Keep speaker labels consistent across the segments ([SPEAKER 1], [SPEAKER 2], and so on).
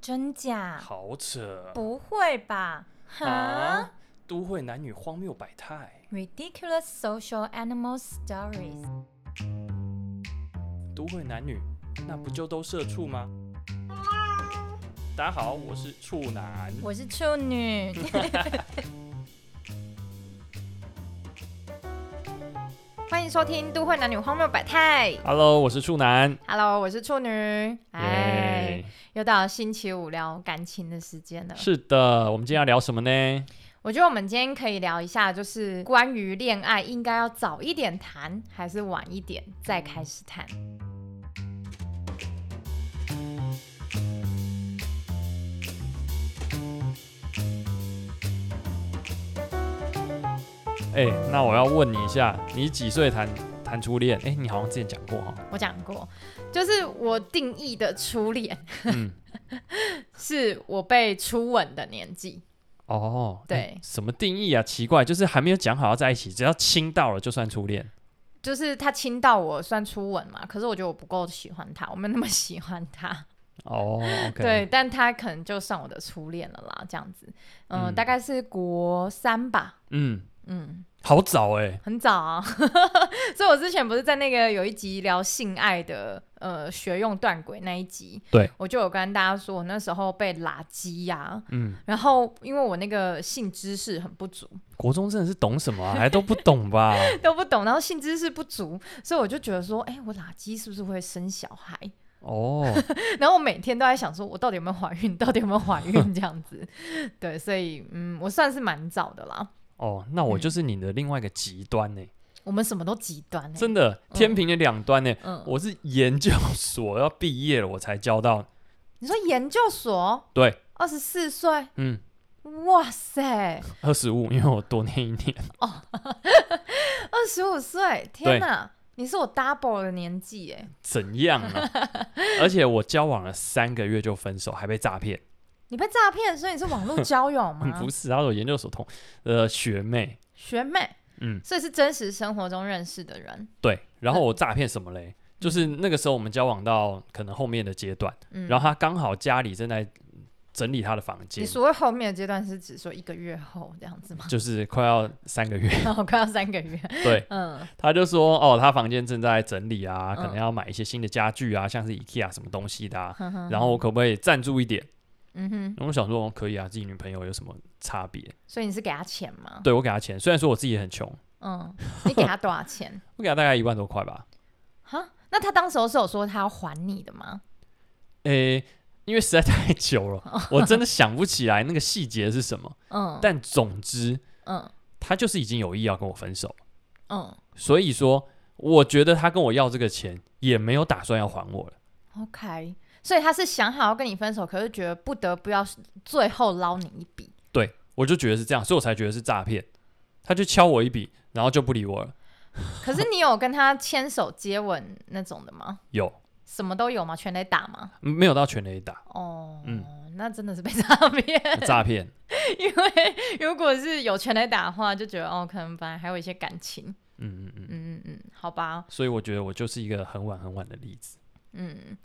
[SPEAKER 1] 真假？
[SPEAKER 2] 好扯
[SPEAKER 1] 啊不会吧？哈
[SPEAKER 2] 啊！都会男女荒谬百态，
[SPEAKER 1] ，Ridiculous social animal stories。
[SPEAKER 2] 都会男女那不就都社畜吗？大家好，我是处男。
[SPEAKER 1] 我是处女， 欢迎收听《都会男女荒谬百态》。
[SPEAKER 2] Hello，我是处男。
[SPEAKER 1] Hello，我是处女。哎
[SPEAKER 2] 耶，
[SPEAKER 1] 又到了星期五聊感情的时间了。
[SPEAKER 2] 是的，我们今天要聊什么呢？
[SPEAKER 1] 我觉得我们今天可以聊一下，就是关于恋爱应该要早一点谈，还是晚一点再开始谈。
[SPEAKER 2] 哎、那我要问你一下，你几岁谈谈初恋？哎、你好像之前讲过哈。
[SPEAKER 1] 我讲过，就是我定义的初恋，
[SPEAKER 2] 嗯，
[SPEAKER 1] 是我被初吻的年纪。
[SPEAKER 2] 哦，哎
[SPEAKER 1] 对
[SPEAKER 2] 什么定义啊？奇怪，就是还没有讲好要在一起，只要亲到了就算初恋。
[SPEAKER 1] 就是他亲到我算初吻嘛，可是我觉得我不够喜欢他，我没有那么喜欢他。
[SPEAKER 2] 哦，OK，
[SPEAKER 1] 对，，但他可能就算我的初恋了啦，这样子。嗯，
[SPEAKER 2] 嗯
[SPEAKER 1] 大概是国三吧，
[SPEAKER 2] 嗯，
[SPEAKER 1] 嗯，
[SPEAKER 2] 好早哎、
[SPEAKER 1] 很早啊。 所以我之前不是在那个有一集聊性爱的呃学用断轨那一集，
[SPEAKER 2] 对
[SPEAKER 1] 我就有跟大家说，我那时候被拉鸡呀、
[SPEAKER 2] 嗯，
[SPEAKER 1] 然后因为我那个性知识很不足，
[SPEAKER 2] 国中真的是懂什么、啊， 还都不 懂吧？
[SPEAKER 1] 都不懂，然后性知识不足，所以我就觉得说，哎、我拉鸡是不是会生小孩？
[SPEAKER 2] 哦，
[SPEAKER 1] 然后我每天都在想说，我到底有没有怀孕？到底有没有怀孕？这样子， 对，所以嗯，我算是蛮早的啦。
[SPEAKER 2] 哦，那我
[SPEAKER 1] 嗯
[SPEAKER 2] 就是你的另外一个极端呢、
[SPEAKER 1] 我们什么都极端、欸，
[SPEAKER 2] 真的天
[SPEAKER 1] 嗯
[SPEAKER 2] 平的两端呢、
[SPEAKER 1] 嗯，
[SPEAKER 2] 我是研究所要毕业了，我才交到，
[SPEAKER 1] 你说研究所
[SPEAKER 2] 对，
[SPEAKER 1] 二十四岁，
[SPEAKER 2] 嗯，
[SPEAKER 1] 哇塞，
[SPEAKER 2] 二十五，因为我多念一年，
[SPEAKER 1] 二十五岁，天哪！你是我 double 的年纪哎，
[SPEAKER 2] 怎 样啊？而且我交往了三个月就分手，还被诈骗，嗯
[SPEAKER 1] 你被诈骗，所以你是网络交友吗？
[SPEAKER 2] 不是，她是我研究所同呃学妹，
[SPEAKER 1] 学妹，
[SPEAKER 2] 嗯，
[SPEAKER 1] 所以是真实生活中认识的人，
[SPEAKER 2] 对，然后我诈骗什么嘞？就是那个时候我们交往到可能后面的阶段，
[SPEAKER 1] 嗯，
[SPEAKER 2] 然
[SPEAKER 1] 后
[SPEAKER 2] 后他刚好家里正在整理他的房
[SPEAKER 1] 你
[SPEAKER 2] 间，
[SPEAKER 1] 所谓后面的阶段是指说一个月后这样子吗？
[SPEAKER 2] 就是快要三个月，
[SPEAKER 1] 我快要三个月，
[SPEAKER 2] 对，
[SPEAKER 1] 嗯
[SPEAKER 2] 他就说哦，他房间正在整理啊，可能
[SPEAKER 1] 嗯
[SPEAKER 2] 要买一些新的家具啊，像是 IKEA 什么东西的啊。
[SPEAKER 1] 哼哼，
[SPEAKER 2] 然后我可不可以赞助一点？
[SPEAKER 1] 嗯哼，
[SPEAKER 2] 然后我想说，哦可以啊，自己女朋友有什么差别？
[SPEAKER 1] 所以你是给他钱吗？
[SPEAKER 2] 对我给他钱，虽然说我自己也很穷，
[SPEAKER 1] 嗯，你给他多少钱？
[SPEAKER 2] 我给他大概一万多块吧。
[SPEAKER 1] 哈，那他当时候是有说他要还你的吗？
[SPEAKER 2] 诶，因为实在太久了，我真的想不起来那个细节是什么。
[SPEAKER 1] 嗯，
[SPEAKER 2] 但总之，
[SPEAKER 1] 嗯
[SPEAKER 2] 他就是已经有意要跟我分手，
[SPEAKER 1] 嗯
[SPEAKER 2] 所以说，我觉得他跟我要这个钱也没有打算要还我了。
[SPEAKER 1] ，OK，所以他是想好要跟你分手，可是觉得不得不要最后捞你一笔。
[SPEAKER 2] 对我就觉得是这样，所以我才觉得是诈骗。他就敲我一笔，然后就不理我了。
[SPEAKER 1] 可是你有跟他牵手、接吻那种的吗？
[SPEAKER 2] 有
[SPEAKER 1] 什么都有吗？全得打吗？
[SPEAKER 2] 嗯没有到全 雷打
[SPEAKER 1] 哦，
[SPEAKER 2] 嗯
[SPEAKER 1] 那真的是被诈骗，
[SPEAKER 2] 诈骗？
[SPEAKER 1] 因为如果是有全得打的话，就觉得哦，可能本来还有一些感情。
[SPEAKER 2] 嗯嗯嗯。
[SPEAKER 1] 嗯嗯嗯，好吧，
[SPEAKER 2] 所以我觉得我就是一个很晚很晚的例子。
[SPEAKER 1] 嗯，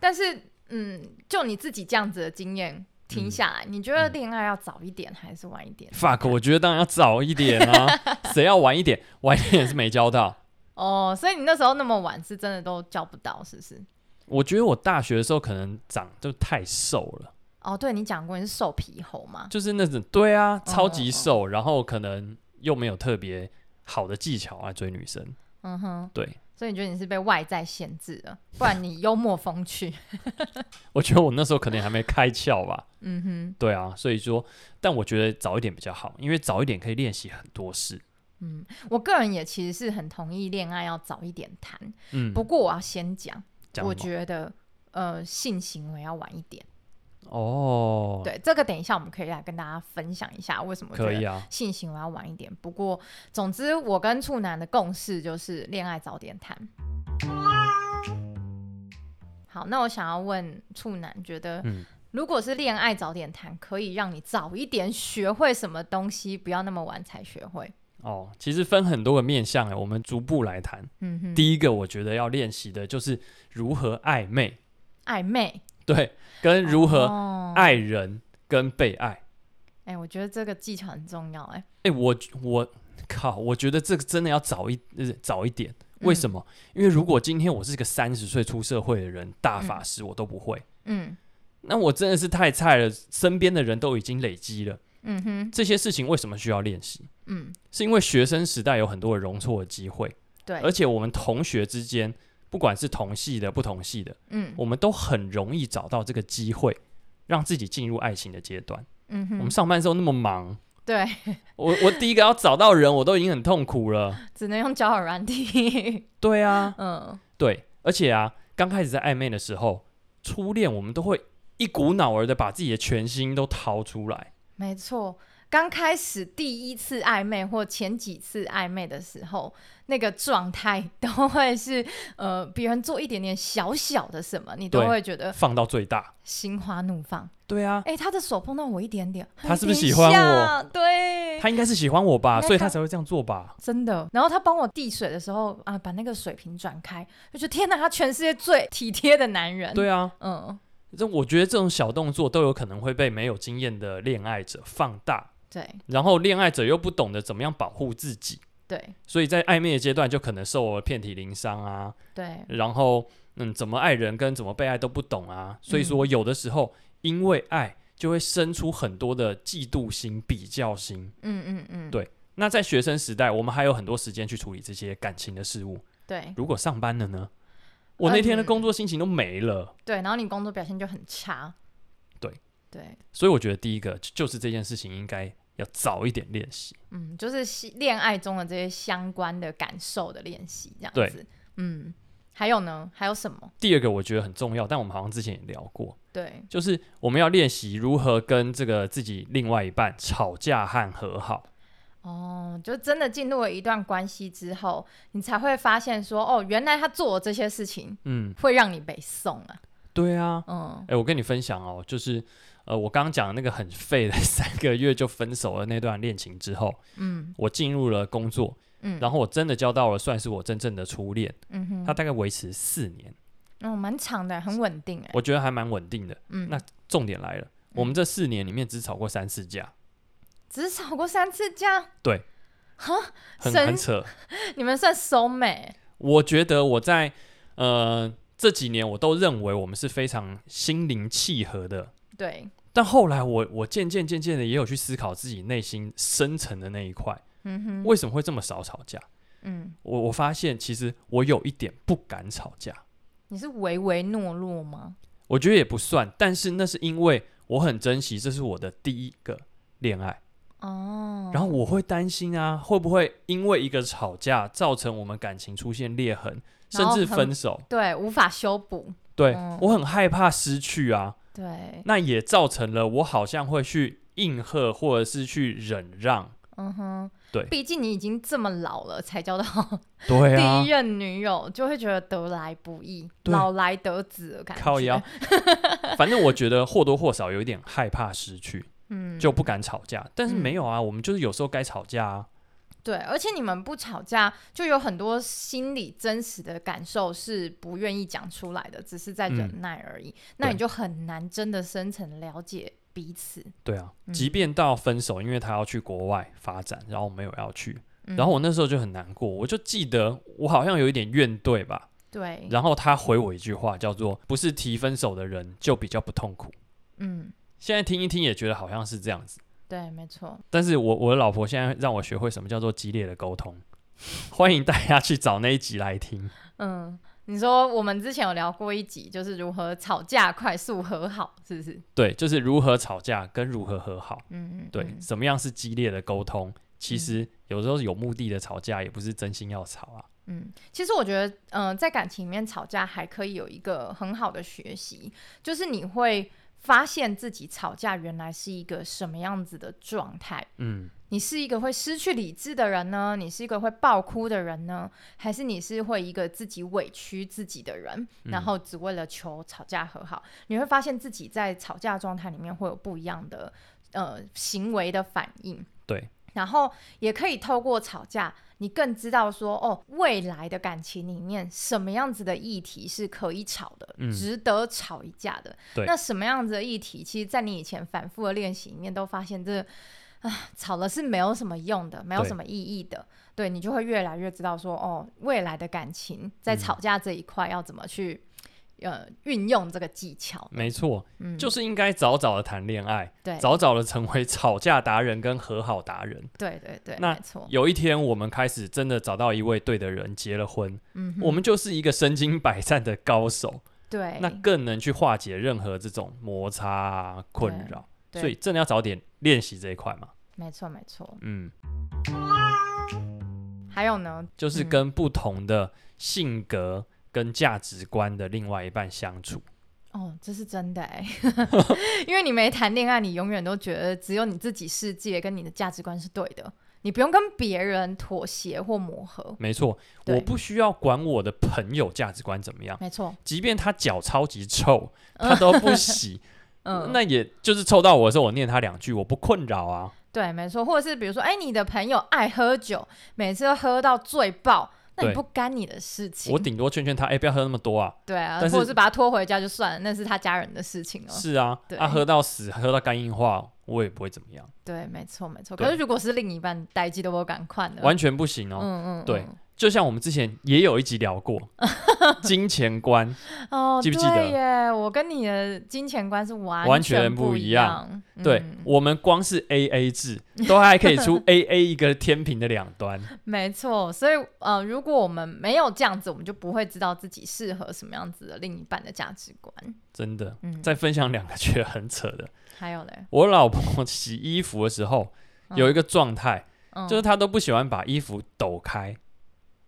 [SPEAKER 1] 但是嗯，就你自己这样子的经验
[SPEAKER 2] 嗯
[SPEAKER 1] 听下来，你觉得恋爱要早一点还是晚一点？
[SPEAKER 2] fuck，我觉 得当然要早一点啊，谁要晚一点？晚一点是没交到。
[SPEAKER 1] 哦，所以你那时候那么晚是真的都交不到，是不是？
[SPEAKER 2] 我觉得我大学的时候可能长就太瘦了，
[SPEAKER 1] 哦，对你讲过你是瘦皮猴嘛？
[SPEAKER 2] 就是那种对啊，超级瘦，然后可能又没有特别好的技巧来追女生。
[SPEAKER 1] 嗯哼，
[SPEAKER 2] 对，
[SPEAKER 1] 所以你觉得你是被外在限制了，不然你幽默风趣。
[SPEAKER 2] 我觉得我那时候可能还没开窍吧。
[SPEAKER 1] 嗯哼，
[SPEAKER 2] 对啊，所以说，但我觉得早一点比较好，因为早一点可以练习很多事。
[SPEAKER 1] 嗯，我个人也其实是很同意恋爱要早一点谈，
[SPEAKER 2] 嗯，
[SPEAKER 1] 不过我要先讲，
[SPEAKER 2] 讲
[SPEAKER 1] 我
[SPEAKER 2] 什么
[SPEAKER 1] 觉得呃性行为要晚一点。
[SPEAKER 2] 哦，，
[SPEAKER 1] 对，这个等一下我们可以来跟大家分享一下为什么我觉
[SPEAKER 2] 可
[SPEAKER 1] 得
[SPEAKER 2] 以啊，
[SPEAKER 1] 性行为要晚一点。不过，总之我跟处男的共识就是恋爱早点谈。好，那我想要问处男，觉得
[SPEAKER 2] 嗯
[SPEAKER 1] 如果是恋爱早点谈，可以让你早一点学会什么东西，不要那么晚才学会。
[SPEAKER 2] 哦，其实分很多个面向哎，我们逐步来谈。
[SPEAKER 1] 嗯哼，
[SPEAKER 2] 第一个我觉得要练习的就是如何暧昧，
[SPEAKER 1] 暧昧哦
[SPEAKER 2] 对，跟如何啊爱人跟被爱。
[SPEAKER 1] 哎、我觉得这个技巧很重要、哎，
[SPEAKER 2] 哎、我我靠，我觉得这个真的要早一呃早一点。为什
[SPEAKER 1] 么？
[SPEAKER 2] 么？因为如果今天我是个三十岁出社会的人，大法师我都不会，
[SPEAKER 1] 嗯
[SPEAKER 2] 那我真的是太菜了。身边的人都已经累积了
[SPEAKER 1] 嗯哼，
[SPEAKER 2] 这些事情，为什么需要练习？
[SPEAKER 1] 嗯，
[SPEAKER 2] 是因为学生时代有很多的容错的机会，
[SPEAKER 1] 对，
[SPEAKER 2] 而且我们同学之间，不管是同系的、不同系的，
[SPEAKER 1] 嗯
[SPEAKER 2] 我们都很容易找到这个机会，让自己进入爱情的阶段。
[SPEAKER 1] 嗯
[SPEAKER 2] 我们
[SPEAKER 1] 哼，
[SPEAKER 2] 上班时候那么忙，
[SPEAKER 1] 对，
[SPEAKER 2] 我我第一个要找到人，我都已经很痛苦了。
[SPEAKER 1] 只能用交友软体。
[SPEAKER 2] 对啊，
[SPEAKER 1] 嗯，
[SPEAKER 2] 对，而且啊，刚开始在暧昧的时候，初恋我们都会一股脑儿的把自己的全心都掏出来。
[SPEAKER 1] 没错。刚开始第一次暧昧或前几次暧昧的时候，那个状态都会是呃，别人做一点点小小的什么，你都
[SPEAKER 2] 对
[SPEAKER 1] 会觉得
[SPEAKER 2] 放到最大。
[SPEAKER 1] 心花怒放。
[SPEAKER 2] 对啊，
[SPEAKER 1] 哎、他的手碰到我一点点，
[SPEAKER 2] 他是不是
[SPEAKER 1] 等一
[SPEAKER 2] 喜欢
[SPEAKER 1] 下？对，
[SPEAKER 2] 他应该是喜欢我吧，
[SPEAKER 1] 应该
[SPEAKER 2] 所以
[SPEAKER 1] 哎他
[SPEAKER 2] 他才会这样做吧。
[SPEAKER 1] 真的。然后他帮我递水的时候啊，把那个水瓶转开，就觉得天哪，他全世界最体贴的男人。，
[SPEAKER 2] 对啊，
[SPEAKER 1] 嗯，
[SPEAKER 2] 这我觉得这种小动作都有可能会被没有经验的恋爱者放大，
[SPEAKER 1] 对
[SPEAKER 2] 然后恋爱者又不懂得怎么样保护自己，
[SPEAKER 1] 对
[SPEAKER 2] 所以在暧昧的阶段就可能受了遍体鳞伤啊。
[SPEAKER 1] 对，
[SPEAKER 2] 然后，嗯，怎么爱人跟怎么被爱都不懂啊。所以
[SPEAKER 1] 嗯
[SPEAKER 2] 说，有的时候因为爱就会生出很多的嫉妒心、比较心。
[SPEAKER 1] 嗯嗯嗯，
[SPEAKER 2] 对那在学生时代，我们还有很多时间去处理这些感情的事物。
[SPEAKER 1] 对
[SPEAKER 2] 如果上班了呢？我那天的
[SPEAKER 1] 嗯
[SPEAKER 2] 工作心情都没了。
[SPEAKER 1] 对。然后你工作表现就很差。
[SPEAKER 2] 对
[SPEAKER 1] 对，
[SPEAKER 2] 所以我觉得第一个就就是这件事情应该要早一点练习。
[SPEAKER 1] 嗯，就是西恋爱中的这些相关的感受的练习，这样
[SPEAKER 2] 对
[SPEAKER 1] 子。嗯，还有呢？还有什么？
[SPEAKER 2] 第二个我觉得很重要，但我们好像之前也聊过，
[SPEAKER 1] 对，
[SPEAKER 2] 就是我们要练习如何跟这个自己另外一半吵架和和好。
[SPEAKER 1] 哦，就真的进入了一段关系之后，你才会发现说，哦，原来他做的这些事情
[SPEAKER 2] 嗯，
[SPEAKER 1] 会让你被送啊。
[SPEAKER 2] 对啊。
[SPEAKER 1] 嗯，
[SPEAKER 2] 哎、我跟你分享哦，就是呃，我刚刚讲的那个很废的 三个月就分手了那段恋情之后，
[SPEAKER 1] 嗯
[SPEAKER 2] 我进入了工作，
[SPEAKER 1] 嗯，
[SPEAKER 2] 然后我真的交到了算是我真正的初恋，
[SPEAKER 1] 嗯哼，
[SPEAKER 2] 它大概维持四年，
[SPEAKER 1] 哦，蛮长的，很稳定哎。
[SPEAKER 2] 我觉得还蛮稳定的。
[SPEAKER 1] 嗯，
[SPEAKER 2] 那重点来了，我们这四年里面只吵过三次架，
[SPEAKER 1] 只吵过三次架，
[SPEAKER 2] 很
[SPEAKER 1] 神
[SPEAKER 2] 很扯。
[SPEAKER 1] 你们算熟美？
[SPEAKER 2] 我觉得我在呃这几年我都认为我们是非常心灵契合的，
[SPEAKER 1] 对，
[SPEAKER 2] 但后来我我渐渐渐渐的也有去思考自己内心深层的那一块，
[SPEAKER 1] 嗯哼，
[SPEAKER 2] 为什么会这么少吵架？
[SPEAKER 1] 嗯，
[SPEAKER 2] 我我发现其实我有一点不敢吵架，
[SPEAKER 1] 你是唯唯诺诺吗？
[SPEAKER 2] 我觉得也不算，但是那是因为我很珍惜，这是我的第一个恋爱，
[SPEAKER 1] 哦，
[SPEAKER 2] 然后我会担心啊，会不会因为一个吵架造成我们感情出现裂痕，
[SPEAKER 1] 然
[SPEAKER 2] 甚
[SPEAKER 1] 后
[SPEAKER 2] 至
[SPEAKER 1] 很
[SPEAKER 2] 分手？
[SPEAKER 1] 对，无法修补，
[SPEAKER 2] 对、
[SPEAKER 1] 嗯
[SPEAKER 2] 我很害怕失去啊，
[SPEAKER 1] 对，
[SPEAKER 2] 那也造成了我好像会去应和或者是去忍让。
[SPEAKER 1] 嗯哼，
[SPEAKER 2] 对
[SPEAKER 1] 毕竟你已经这么老了才交到
[SPEAKER 2] 对啊
[SPEAKER 1] 第一，任女友，就会觉得得来不易，
[SPEAKER 2] 对
[SPEAKER 1] 老来得子的感觉。
[SPEAKER 2] 靠腰， 反正我觉得或多或少有一点害怕失去，
[SPEAKER 1] 嗯，
[SPEAKER 2] 就不敢吵架。但是
[SPEAKER 1] 嗯
[SPEAKER 2] 没有啊，我们就是有时候该吵架啊。
[SPEAKER 1] 对，而且你们不吵架，就有很多心里真实的感受是不愿意讲出来的，只是在忍耐而已。那你
[SPEAKER 2] 嗯对
[SPEAKER 1] 就很难真的深层了解彼此。
[SPEAKER 2] 对啊，
[SPEAKER 1] 嗯
[SPEAKER 2] 即便到分手，因为他要去国外发展，然后我没有要去，
[SPEAKER 1] 嗯
[SPEAKER 2] 然后我那时候就很难过，我就记得我好像有一点怨怼吧。
[SPEAKER 1] 对，
[SPEAKER 2] 然后他回我一句话，叫做“不是提分手的人就比较不痛苦”。
[SPEAKER 1] 嗯，
[SPEAKER 2] 现在听一听也觉得好像是这样子。
[SPEAKER 1] 对，没错，
[SPEAKER 2] 但是我我的老婆现在让我学会什么叫做激烈的沟通，欢迎大家去找那一集 来听。
[SPEAKER 1] 嗯。你说我们之前有聊过一集，就是如何吵架快速和好，是不是？
[SPEAKER 2] 对，就是如何吵架跟如何和好。
[SPEAKER 1] 嗯，嗯
[SPEAKER 2] 对，
[SPEAKER 1] 嗯
[SPEAKER 2] 什么样是激烈的沟通？其实有时候有目的的吵架也不是真心要吵啊。
[SPEAKER 1] 嗯，其实我觉得，嗯、在感情里面吵架还可以有一个很好的学习，就是你会发现自己吵架原来是一个什么样子的状态。
[SPEAKER 2] 嗯，
[SPEAKER 1] 你是一个会失去理智的人呢？你是一个会爆哭的人呢？还是你是会一个自己委屈自己的人，
[SPEAKER 2] 嗯
[SPEAKER 1] 然后只为了求吵架和好？你会发现自己在吵架状态里面会有不一样的呃行为的反应。
[SPEAKER 2] 对，
[SPEAKER 1] 然后也可以透过吵架，你更知道说，哦，未来的感情里面什么样子的议题是可以吵的，
[SPEAKER 2] 嗯
[SPEAKER 1] 值得吵一架的。
[SPEAKER 2] 对
[SPEAKER 1] 那什么样子的议题，其实在你以前反复的练习里面都发现这。啊，吵了是没有什么用的，没有
[SPEAKER 2] 对
[SPEAKER 1] 什么意义的。对你就会越来越知道说，哦，未来的感情在
[SPEAKER 2] 嗯
[SPEAKER 1] 吵架这一块要怎么去、呃运用这个技巧。
[SPEAKER 2] 没错，
[SPEAKER 1] 嗯，
[SPEAKER 2] 就是应该早早的谈恋爱，
[SPEAKER 1] 对，
[SPEAKER 2] 早早的成为吵架达人跟和好达人。
[SPEAKER 1] 对对对，
[SPEAKER 2] 那
[SPEAKER 1] 没错，
[SPEAKER 2] 有一天我们开始真的找到一位对的人，结了婚，
[SPEAKER 1] 嗯哼，
[SPEAKER 2] 我们就是一个身经百战的高手，
[SPEAKER 1] 对，
[SPEAKER 2] 那更能去化解任何这种摩擦、啊、困扰。
[SPEAKER 1] 对
[SPEAKER 2] 所以真的要早点练习这一块嘛。
[SPEAKER 1] 没错没错。
[SPEAKER 2] 嗯，
[SPEAKER 1] 还有呢，
[SPEAKER 2] 就是
[SPEAKER 1] 嗯
[SPEAKER 2] 跟不同的性格跟价值观的另外一半相处。
[SPEAKER 1] 哦，这是真的 哎，因为你没谈恋爱，你永远都觉得只有你自己世界跟你的价值观是对的，你不用跟别人妥协或磨合。
[SPEAKER 2] 没错，
[SPEAKER 1] 对
[SPEAKER 2] 我不需要管我的朋友价值观怎么样，
[SPEAKER 1] 没错，
[SPEAKER 2] 即便他脚超级臭，他都不洗，
[SPEAKER 1] 嗯，
[SPEAKER 2] 那也就是臭到我的时候，我念他两句，我不困扰啊。
[SPEAKER 1] 对，没错，或者是比如说，哎，你的朋友爱喝酒，每次都喝到醉爆，那
[SPEAKER 2] 对
[SPEAKER 1] 你不干你的事情
[SPEAKER 2] 我，顶多劝劝他，哎、不要喝那么多啊。
[SPEAKER 1] 对啊，
[SPEAKER 2] 但
[SPEAKER 1] 或者
[SPEAKER 2] 是
[SPEAKER 1] 是把他拖回家就算了，那是他家人的事情哦。
[SPEAKER 2] 是啊，
[SPEAKER 1] 对
[SPEAKER 2] 啊，喝到死，喝到肝硬化，我也不会怎么样，
[SPEAKER 1] 对，没错，没错。
[SPEAKER 2] 对
[SPEAKER 1] 可是如果是另一半代际都不赶快呢？
[SPEAKER 2] 完全不行哦。
[SPEAKER 1] 嗯嗯，
[SPEAKER 2] 对
[SPEAKER 1] 嗯
[SPEAKER 2] 就像我们之前也有一集 聊过金钱观，
[SPEAKER 1] 哦，
[SPEAKER 2] 记不记得
[SPEAKER 1] 对耶，我跟你的金钱观是完
[SPEAKER 2] 完全
[SPEAKER 1] 全
[SPEAKER 2] 不一
[SPEAKER 1] 一
[SPEAKER 2] 样
[SPEAKER 1] 样。
[SPEAKER 2] 对
[SPEAKER 1] 嗯
[SPEAKER 2] 我们光是 A A 制都还可以 出 A A 一个天平的两端，
[SPEAKER 1] 没错。所以呃，如果我们没有这样子，我们就不会知道自己适合什么样子的另一半的价值观。
[SPEAKER 2] 真的。
[SPEAKER 1] 嗯，
[SPEAKER 2] 再分享两个觉得很扯的，
[SPEAKER 1] 还有嘞，
[SPEAKER 2] 我老婆洗衣服的时候
[SPEAKER 1] 嗯
[SPEAKER 2] 有一个状态，
[SPEAKER 1] 嗯
[SPEAKER 2] 就是她都不喜欢把衣服抖开，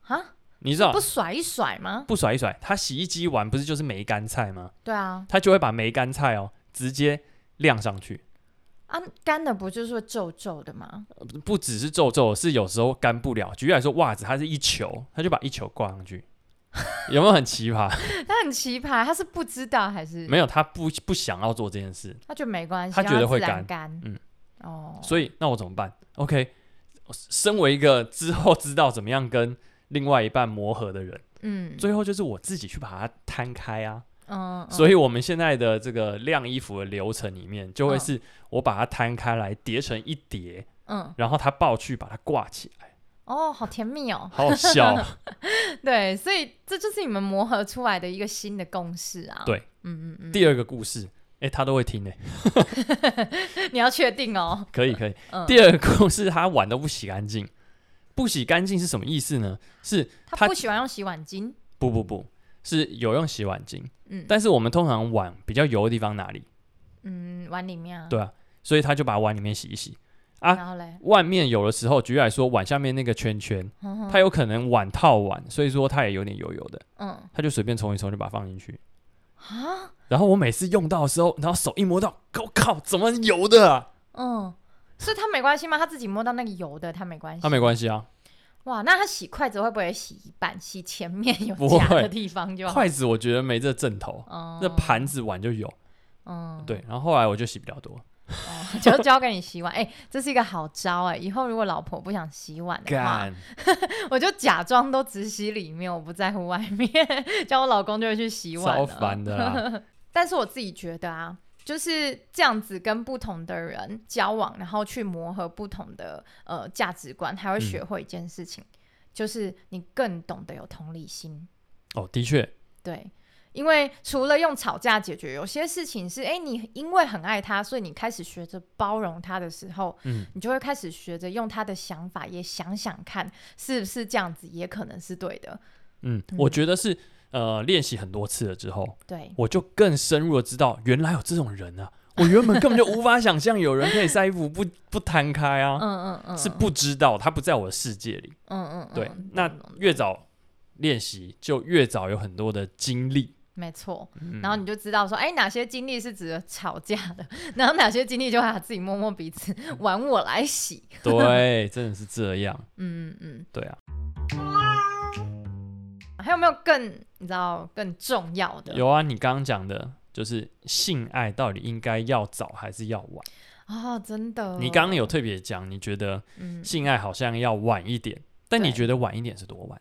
[SPEAKER 1] 啊，
[SPEAKER 2] 你知道
[SPEAKER 1] 不甩一甩吗？
[SPEAKER 2] 不甩一甩，她洗衣机完不是就是梅干菜吗？
[SPEAKER 1] 对啊，
[SPEAKER 2] 她就会把梅干菜哦直接晾上去，
[SPEAKER 1] 啊，干的不就是会皱皱的吗？
[SPEAKER 2] 不只是皱皱，是有时候干不了。举例来说，袜子它是一球，他就把一球挂 上去，有没有很奇葩？
[SPEAKER 1] 他很奇葩，他是不知道还是
[SPEAKER 2] 没有，他不不想要做这件事，
[SPEAKER 1] 他觉得没关系，
[SPEAKER 2] 他觉得
[SPEAKER 1] 让
[SPEAKER 2] 会
[SPEAKER 1] 自然
[SPEAKER 2] 干
[SPEAKER 1] 干。
[SPEAKER 2] 嗯，
[SPEAKER 1] 哦，
[SPEAKER 2] 所以那我怎么办？OK，身为一个之后知道怎么样跟另外一半磨合的人，
[SPEAKER 1] 嗯
[SPEAKER 2] 最后就是我自己去把它摊开啊。
[SPEAKER 1] 嗯，
[SPEAKER 2] 所
[SPEAKER 1] 以
[SPEAKER 2] 以我们现在的这个晾衣服的流程里面，就会
[SPEAKER 1] 哦
[SPEAKER 2] 是我把它摊开来叠成一叠，
[SPEAKER 1] 嗯，
[SPEAKER 2] 然后他抱去把它挂起来，
[SPEAKER 1] 哦，好甜蜜哦。
[SPEAKER 2] 好好笑哦。
[SPEAKER 1] 对，所以这就是你们磨合出来的一个新的共识啊。
[SPEAKER 2] 对，
[SPEAKER 1] 嗯嗯嗯，
[SPEAKER 2] 第二个故事，诶，他都会听诶。
[SPEAKER 1] 你要确定 哦。
[SPEAKER 2] 可以可以。
[SPEAKER 1] 嗯
[SPEAKER 2] 第二个故事，他碗都不洗干净，不洗干净是什么意思呢？是
[SPEAKER 1] 他
[SPEAKER 2] 他
[SPEAKER 1] 不喜欢用洗碗巾。
[SPEAKER 2] 不不不是有用洗碗巾，
[SPEAKER 1] 嗯
[SPEAKER 2] 但是我们通常碗比较油的地方哪里，
[SPEAKER 1] 嗯，碗里面啊。
[SPEAKER 2] 对啊所以他就把碗里面洗一洗。啊
[SPEAKER 1] 然后嘞，
[SPEAKER 2] 外面有的时候，举例来说，碗下面那个圈圈，
[SPEAKER 1] 哼哼
[SPEAKER 2] 它有可能碗套碗，所以说它也有点油油的，
[SPEAKER 1] 嗯
[SPEAKER 2] 他就随便冲一冲就把它放进去。
[SPEAKER 1] 啊
[SPEAKER 2] 然后我每次用到的时候，然后手一摸到，我靠，怎么油的啊？
[SPEAKER 1] 嗯，所以他没关系吗？他自己摸到那个油的，他没关系。
[SPEAKER 2] 他没关系啊，
[SPEAKER 1] 哇，那他洗筷子会不会洗一半，洗前面有
[SPEAKER 2] 不
[SPEAKER 1] 夹
[SPEAKER 2] 会
[SPEAKER 1] 的地方就好？
[SPEAKER 2] 筷子我觉得没这正头，
[SPEAKER 1] 啊哦，
[SPEAKER 2] 那盘子碗就有。
[SPEAKER 1] 嗯，
[SPEAKER 2] 对，然后后来我就洗比较多。
[SPEAKER 1] 哦， 就交给你洗碗。哎、这是一个好招哎、以后如果老婆不想洗碗的话，
[SPEAKER 2] 干，
[SPEAKER 1] 我就假装都只洗里面，我不在乎外面， 叫我老公就会去洗碗
[SPEAKER 2] 超
[SPEAKER 1] 了。
[SPEAKER 2] 烦 的啦。
[SPEAKER 1] 但是我自己觉得啊，就是这样子跟不同的人交往，然后去磨合不同的呃价值观，还会
[SPEAKER 2] 嗯
[SPEAKER 1] 学会一件事情，就是你更懂得有同理心。
[SPEAKER 2] 哦，的确，
[SPEAKER 1] 对。因为除了用吵架解决，有些事情是，哎，你因为很爱他，所以你开始学着包容他的时候，
[SPEAKER 2] 嗯，
[SPEAKER 1] 你就会开始学着用他的想法，也想想看是不是这样子，也可能是对的。
[SPEAKER 2] 嗯，
[SPEAKER 1] 嗯
[SPEAKER 2] 我觉得是呃，练习很多次了之后，
[SPEAKER 1] 对，
[SPEAKER 2] 我就更深入的知道，原来有这种人啊！我原本根本就无法想象有人可以晒衣服不不摊开啊，
[SPEAKER 1] 嗯嗯嗯，
[SPEAKER 2] 是不知道，他不在我的世界里。
[SPEAKER 1] 嗯，嗯嗯，
[SPEAKER 2] 对，
[SPEAKER 1] 懂
[SPEAKER 2] 那
[SPEAKER 1] 懂懂
[SPEAKER 2] 越早练习，就越早有很多的经历。
[SPEAKER 1] 没错，
[SPEAKER 2] 嗯
[SPEAKER 1] 然后你就知道说，哎、哪些经历是指得吵架的，然后哪些经历就他自己摸摸鼻子，
[SPEAKER 2] 嗯
[SPEAKER 1] 玩我来洗。
[SPEAKER 2] 对，真的是这样。
[SPEAKER 1] 嗯嗯
[SPEAKER 2] 对啊，
[SPEAKER 1] 嗯，还有没有更你知道更重要的？
[SPEAKER 2] 有啊，你刚刚讲的就是性爱到底应该要早还是要晚？
[SPEAKER 1] 哦，真的。
[SPEAKER 2] 你刚刚有特别讲，你觉得
[SPEAKER 1] 嗯，
[SPEAKER 2] 性爱好像要晚一点，但你
[SPEAKER 1] 对
[SPEAKER 2] 觉得晚一点是多晚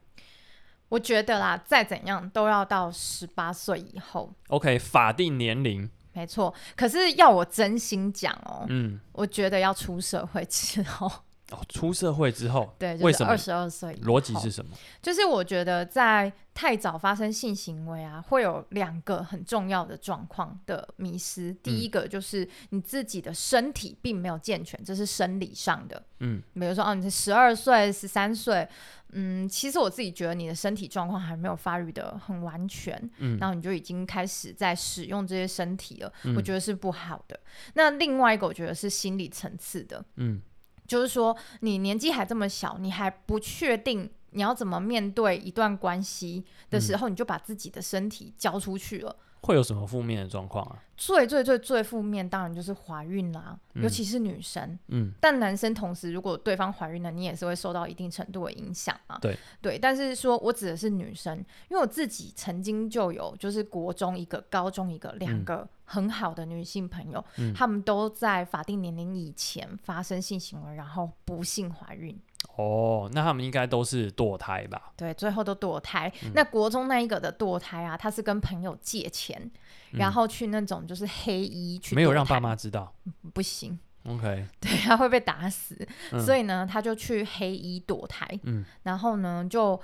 [SPEAKER 1] 我觉得啦，再怎样都要到十八岁以后，
[SPEAKER 2] ？OK，法定年龄，
[SPEAKER 1] 没错。可是要我真心讲哦，
[SPEAKER 2] 嗯，
[SPEAKER 1] 我觉得要出社会之后，
[SPEAKER 2] 哦，出社会之后，
[SPEAKER 1] 对，就
[SPEAKER 2] 为
[SPEAKER 1] 是
[SPEAKER 2] 什么
[SPEAKER 1] 二十二岁以后，
[SPEAKER 2] 逻辑是什么？
[SPEAKER 1] 就是我觉得在太早发生性行为啊，会有两个很重要的状况的迷失。
[SPEAKER 2] 嗯
[SPEAKER 1] 第一个就是你自己的身体并没有健全，这是生理上的。
[SPEAKER 2] 嗯，
[SPEAKER 1] 比如说，哦，你是十二岁、十三岁，嗯，其实我自己觉得你的身体状况还没有发育的很完全，
[SPEAKER 2] 嗯
[SPEAKER 1] 然后你就已经开始在使用这些身体了，
[SPEAKER 2] 嗯
[SPEAKER 1] 我觉得是不好的。那另外一个，我觉得是心理层次的，
[SPEAKER 2] 嗯
[SPEAKER 1] 就是说你年纪还这么小，你还不确定你要怎么面对一段关系的
[SPEAKER 2] 嗯
[SPEAKER 1] 时候，你就把自己的身体交出去了。
[SPEAKER 2] 会有什么负面的状况啊？
[SPEAKER 1] 最最最最负面当然就是怀孕啦，
[SPEAKER 2] 嗯
[SPEAKER 1] 尤其是女生。
[SPEAKER 2] 嗯，
[SPEAKER 1] 但男生同时，如果对方怀孕了，你也是会受到一定程度的影响嘛。
[SPEAKER 2] 对
[SPEAKER 1] 对，但是说我指的是女生，因为我自己曾经就有，就是国中一个、高中一个，两个很好的女性朋友，
[SPEAKER 2] 嗯
[SPEAKER 1] 她们都在法定年龄以前发生性行为，然后不幸怀孕。
[SPEAKER 2] 哦，那他们应该都是堕胎吧？
[SPEAKER 1] 对，最后都堕胎。
[SPEAKER 2] 嗯
[SPEAKER 1] 那国中那一个的堕胎啊，他是跟朋友借钱，然后去那种就是哦黑衣去，
[SPEAKER 2] 嗯没有让爸妈知道。
[SPEAKER 1] 不行，
[SPEAKER 2] OK，
[SPEAKER 1] 对，他会被打死。
[SPEAKER 2] 嗯
[SPEAKER 1] 所以呢，他就去黑衣堕胎，
[SPEAKER 2] 嗯
[SPEAKER 1] 然后呢就。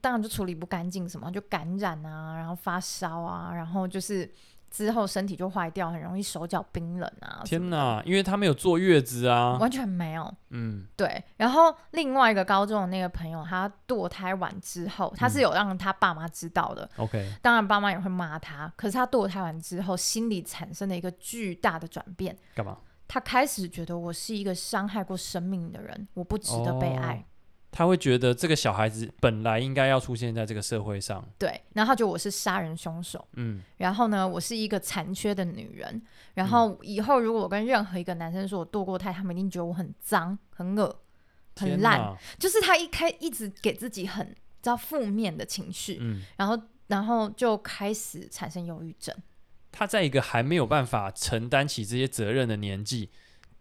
[SPEAKER 1] 当然就处理不干净，什么就感染啊，然后发烧啊，然后就是之后身体就坏掉，很容易手脚冰冷啊。
[SPEAKER 2] 天
[SPEAKER 1] 哪，
[SPEAKER 2] 哪，因为他没有坐月子啊。
[SPEAKER 1] 完全没有。
[SPEAKER 2] 嗯
[SPEAKER 1] 对，然后另外一个高中的那个朋友，他堕胎完之后，他
[SPEAKER 2] 嗯
[SPEAKER 1] 是有让他爸妈知道的，
[SPEAKER 2] ，OK，
[SPEAKER 1] 当然，爸妈也会骂他。可是他堕胎完之后，心里产生了一个巨大的转变，
[SPEAKER 2] 干嘛？
[SPEAKER 1] 他开始觉得我是一个伤害过生命的人，我不值得被爱。
[SPEAKER 2] 哦他会觉得这个小孩子本来应该要出现在这个社会上。
[SPEAKER 1] 对，然后他觉得我是杀人凶手，
[SPEAKER 2] 嗯
[SPEAKER 1] 然后呢，我是一个残缺的女人。然
[SPEAKER 2] 嗯
[SPEAKER 1] 后以后如果我跟任何一个男生说我堕过胎，他们一定觉得我很脏、很恶、很
[SPEAKER 2] 天
[SPEAKER 1] 烂。
[SPEAKER 2] 哪
[SPEAKER 1] 就是他一开一直给自己很比较负面的情绪，
[SPEAKER 2] 嗯，
[SPEAKER 1] 然后然后就开始产生忧郁症。
[SPEAKER 2] 他在一个还没有办法承担起这些责任的年纪，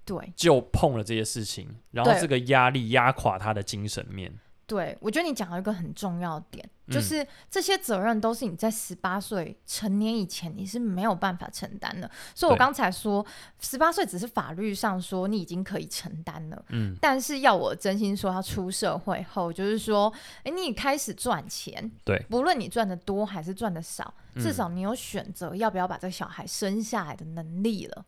[SPEAKER 1] 对，
[SPEAKER 2] 就碰了这些事情，然后
[SPEAKER 1] 对
[SPEAKER 2] 这个压力压垮他的精神面。
[SPEAKER 1] 对，我觉得你讲到一个很重要的点，
[SPEAKER 2] 嗯
[SPEAKER 1] 就是这些责任都是你在十八岁成年以前你是没有办法承担的。所以我
[SPEAKER 2] 对
[SPEAKER 1] 刚才说，十八岁只是法律上说你已经可以承担了，
[SPEAKER 2] 嗯
[SPEAKER 1] 但是要我真心说，他出社会后，就是说，诶，你开始赚钱，
[SPEAKER 2] 对，
[SPEAKER 1] 不论你赚的多还是赚的少，
[SPEAKER 2] 嗯
[SPEAKER 1] 至少你有选择要不要把这个小孩生下来的能力了。